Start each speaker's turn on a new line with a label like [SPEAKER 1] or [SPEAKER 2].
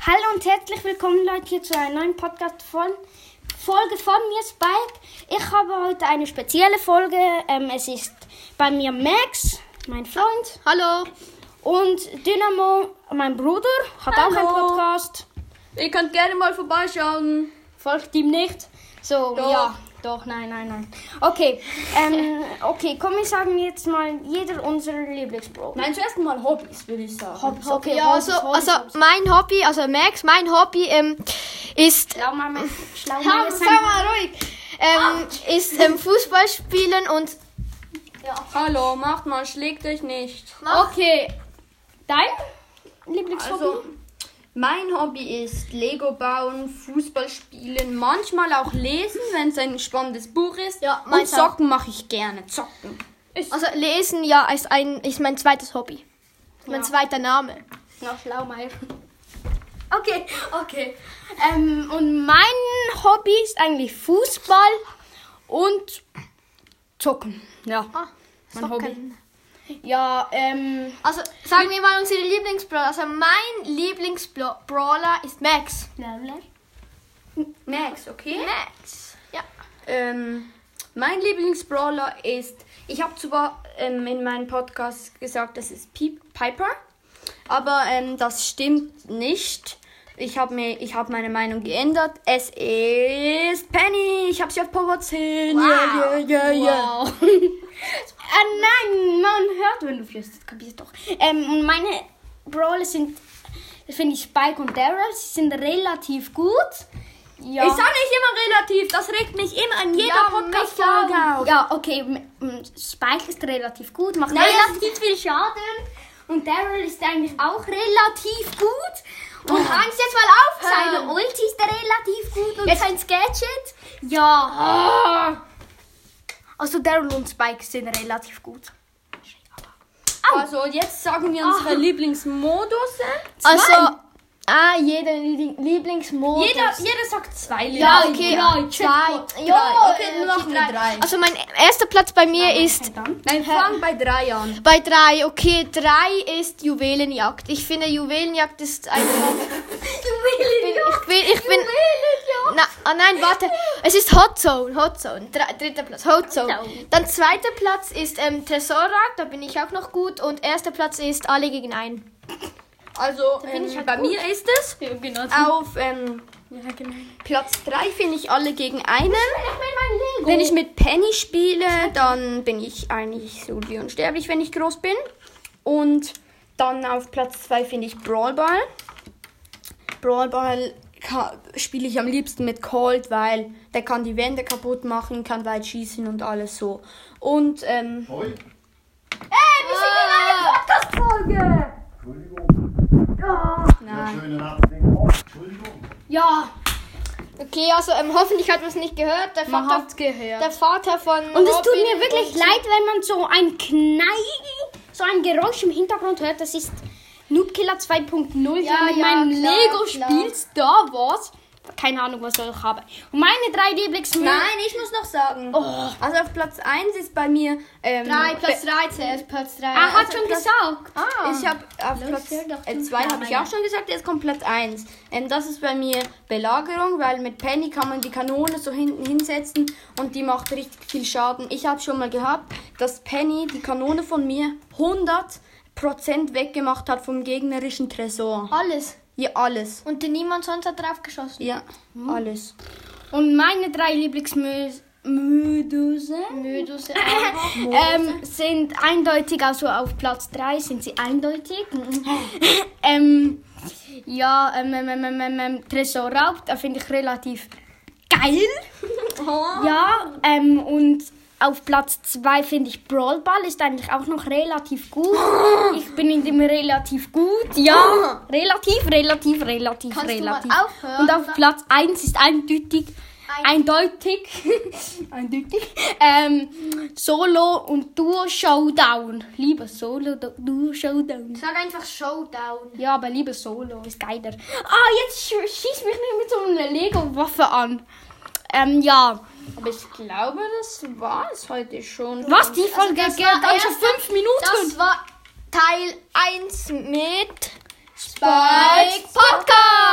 [SPEAKER 1] Hallo und herzlich willkommen Leute hier zu einer neuen Podcast von Folge von mir Spike. Ich habe heute eine spezielle Folge. Ähm, es ist bei mir Max, mein Freund,
[SPEAKER 2] Hallo,
[SPEAKER 1] und Dynamo, mein Bruder, hat auch einen
[SPEAKER 2] Hallo.
[SPEAKER 1] Podcast.
[SPEAKER 2] ihr könnt gerne mal vorbeischauen.
[SPEAKER 1] Folgt ihm nicht. So,
[SPEAKER 2] Doch.
[SPEAKER 1] ja. Doch, nein, nein, nein. Okay, ähm, okay, komm, wir sagen jetzt mal jeder unserer Lieblingsbro.
[SPEAKER 3] Nein, zuerst mal Hobbys, würde ich sagen.
[SPEAKER 1] Hobbys, okay,
[SPEAKER 2] Ja,
[SPEAKER 1] Hobbys,
[SPEAKER 2] also,
[SPEAKER 1] Hobbys,
[SPEAKER 2] also
[SPEAKER 1] Hobbys.
[SPEAKER 2] mein Hobby, also Max, mein Hobby ähm, ist.
[SPEAKER 1] Schlau, Mama, schlau,
[SPEAKER 2] Komm,
[SPEAKER 1] Mama,
[SPEAKER 2] sei mal ruhig. Ähm, ist ähm, Fußball spielen und.
[SPEAKER 3] Hallo, macht mal, schlägt euch nicht.
[SPEAKER 1] Okay, dein Lieblingshobby?
[SPEAKER 3] Also, mein Hobby ist Lego bauen, Fußball spielen, manchmal auch lesen, wenn es ein spannendes Buch ist.
[SPEAKER 2] Ja,
[SPEAKER 3] Und
[SPEAKER 2] meins auch.
[SPEAKER 3] Zocken mache ich gerne. Zocken.
[SPEAKER 2] Also, lesen, ja, ist, ein, ist mein zweites Hobby. Mein zweiter Name.
[SPEAKER 1] Noch Schlaumeier.
[SPEAKER 2] Okay, okay.
[SPEAKER 1] Ähm, und mein Hobby ist eigentlich Fußball und Zocken. Ja,
[SPEAKER 2] Ah,
[SPEAKER 1] mein Hobby.
[SPEAKER 2] Zocken.
[SPEAKER 1] Ja, ähm,
[SPEAKER 2] Also, sagen wir mal unsere Lieblingsbrawler. Also, mein Lieblingsbrawler ist Max.
[SPEAKER 3] Max, okay?
[SPEAKER 2] Max. Ja.
[SPEAKER 3] Ähm, mein Lieblingsbrawler ist. Ich habe zwar ähm, in meinem Podcast gesagt, das ist Piep Piper, aber ähm, das stimmt nicht. Ich habe mir, ich habe meine Meinung geändert. Es ist Penny. Ich habe sie auf Power 10. Yeah, yeah, yeah, yeah.
[SPEAKER 1] Wow. ah, äh, nein, man hört, wenn du flüsterst, kapierst doch. Ähm, und meine Brawler sind, finde ich, Spike und Daryl. Sie sind relativ gut. Ja.
[SPEAKER 3] Ich sage nicht immer relativ. Das regt mich immer an jeder
[SPEAKER 2] Ja,
[SPEAKER 3] Podcast-Folge
[SPEAKER 2] mich
[SPEAKER 3] auf.
[SPEAKER 1] Ja, okay. m- m- Spike ist relativ gut, macht
[SPEAKER 3] Nein,
[SPEAKER 1] relativ viel Schaden. Und Daryl ist eigentlich auch relativ gut. Und Hans jetzt mal auf, seine Ulti ist relativ gut und sein Gadget. Ja. Ah. Also Daryl und Spike sind relativ gut.
[SPEAKER 3] Also jetzt sagen wir unsere Lieblingsmodus.
[SPEAKER 2] Also, ah, jeder Liebling- Lieblingsmodus.
[SPEAKER 3] Jeder, jeder sagt zwei Lieder.
[SPEAKER 2] ja, okay, zwei, ja,
[SPEAKER 3] ah, Okay, dann machen wir drei.
[SPEAKER 2] Also mein erster Platz bei
[SPEAKER 1] Ah,
[SPEAKER 2] mir ist
[SPEAKER 3] Nein, fang bei drei an.
[SPEAKER 2] bei drei. Okay, drei ist Juwelenjagd. Ich finde Juwelenjagd ist ein. Juwelenjagd. Ich bin, ich bin. Na, ah, nein, warte. Es ist Hot Zone, Hot Zone. Dr dritter Platz, Hot Zone.
[SPEAKER 1] Zone.
[SPEAKER 2] Dann zweiter Platz ist ähm, Tresorjagd. Da bin ich auch noch gut. Und erster Platz ist alle gegen einen.
[SPEAKER 3] Also ähm,
[SPEAKER 2] halt
[SPEAKER 3] bei mir ist es
[SPEAKER 1] genau.
[SPEAKER 3] auf ähm,
[SPEAKER 2] genau.
[SPEAKER 3] Platz 3 finde ich alle gegen einen.
[SPEAKER 1] mein
[SPEAKER 3] Wenn ich mit Penny spiele, dann bin ich eigentlich so wie unsterblich, wenn ich groß bin. Und dann auf Platz 2 finde ich Brawl Ball. Brawl Ball ka- spiele ich am liebsten mit Colt, weil der kann die Wände kaputt machen, kann weit schießen und alles so. Und ähm,
[SPEAKER 2] Oh.
[SPEAKER 4] Entschuldigung.
[SPEAKER 3] nein.
[SPEAKER 4] Schönen Abend. Oh, Entschuldigung.
[SPEAKER 1] Ja.
[SPEAKER 2] Okay, also ähm, hoffentlich hat man es nicht gehört. Der Vater,
[SPEAKER 3] gehört.
[SPEAKER 2] der Vater von.
[SPEAKER 1] Und es tut
[SPEAKER 2] Robin
[SPEAKER 1] mir wirklich
[SPEAKER 2] und-
[SPEAKER 1] leid, wenn man so ein Knall, so ein Geräusch im Hintergrund hört. Das ist Noob Killer 2.0. Ja,
[SPEAKER 2] Ja,
[SPEAKER 1] mit
[SPEAKER 2] ja,
[SPEAKER 1] meinem
[SPEAKER 2] klar,
[SPEAKER 1] Lego-Spiel Star Wars. Keine Ahnung, was ich habe. Und meine drei Lieblingsmüll.
[SPEAKER 3] Nein, ich muss noch sagen. Also auf Platz 1 ist bei mir. Ähm,
[SPEAKER 2] Oh. Drei, Platz 13 ist Platz 3.
[SPEAKER 1] Er hat schon gesagt.
[SPEAKER 3] Be- Ich habe auf Platz
[SPEAKER 1] hör doch zu.
[SPEAKER 3] 2
[SPEAKER 1] Ja,
[SPEAKER 3] habe ich
[SPEAKER 1] meine.
[SPEAKER 3] auch schon gesagt, jetzt kommt Platz 1. Ähm, das ist bei mir Belagerung, weil mit Penny kann man die Kanone so hinten hinsetzen und die macht richtig viel Schaden. Ich habe schon mal gehabt, dass Penny die Kanone von mir 100% weggemacht hat vom gegnerischen Tresor.
[SPEAKER 2] Alles.
[SPEAKER 3] Ja, alles.
[SPEAKER 2] Und den niemand sonst hat drauf geschossen.
[SPEAKER 3] Ja, alles.
[SPEAKER 1] Und meine drei Lieblingsmüdusen
[SPEAKER 2] Mödus.
[SPEAKER 1] ähm, sind eindeutig, also auf Platz 3 sind sie eindeutig. ähm, ja, ähm, ähm, ähm, ähm, ähm, Tresor Raub, da finde ich relativ geil.
[SPEAKER 2] Oh.
[SPEAKER 1] Ja, ähm, und auf Platz 2 finde ich Brawl Ball ist eigentlich auch noch relativ gut. Ich bin in dem relativ gut. Ja, relativ, relativ, relativ,
[SPEAKER 2] Kannst du mal
[SPEAKER 1] relativ.
[SPEAKER 2] aufhören?
[SPEAKER 1] und auf Platz 1 ist eindeutig,
[SPEAKER 2] Ein-
[SPEAKER 1] eindeutig, eindeutig, ähm, Solo und Duo Showdown. Lieber Solo, Du- Duo Showdown.
[SPEAKER 2] Sag einfach Showdown.
[SPEAKER 1] Ja, aber lieber Solo ist geiler. Ah, jetzt sch schieß mich nicht mit so einer Lego-Waffe an. Ähm, ja.
[SPEAKER 3] Aber ich glaube, das war es heute schon.
[SPEAKER 1] Was? Die Folge
[SPEAKER 2] Also das
[SPEAKER 1] geht
[SPEAKER 2] war
[SPEAKER 1] dann schon
[SPEAKER 2] erst-
[SPEAKER 1] fünf Minuten.
[SPEAKER 2] Das war Teil 1 mit
[SPEAKER 3] Spikes
[SPEAKER 2] Podcast.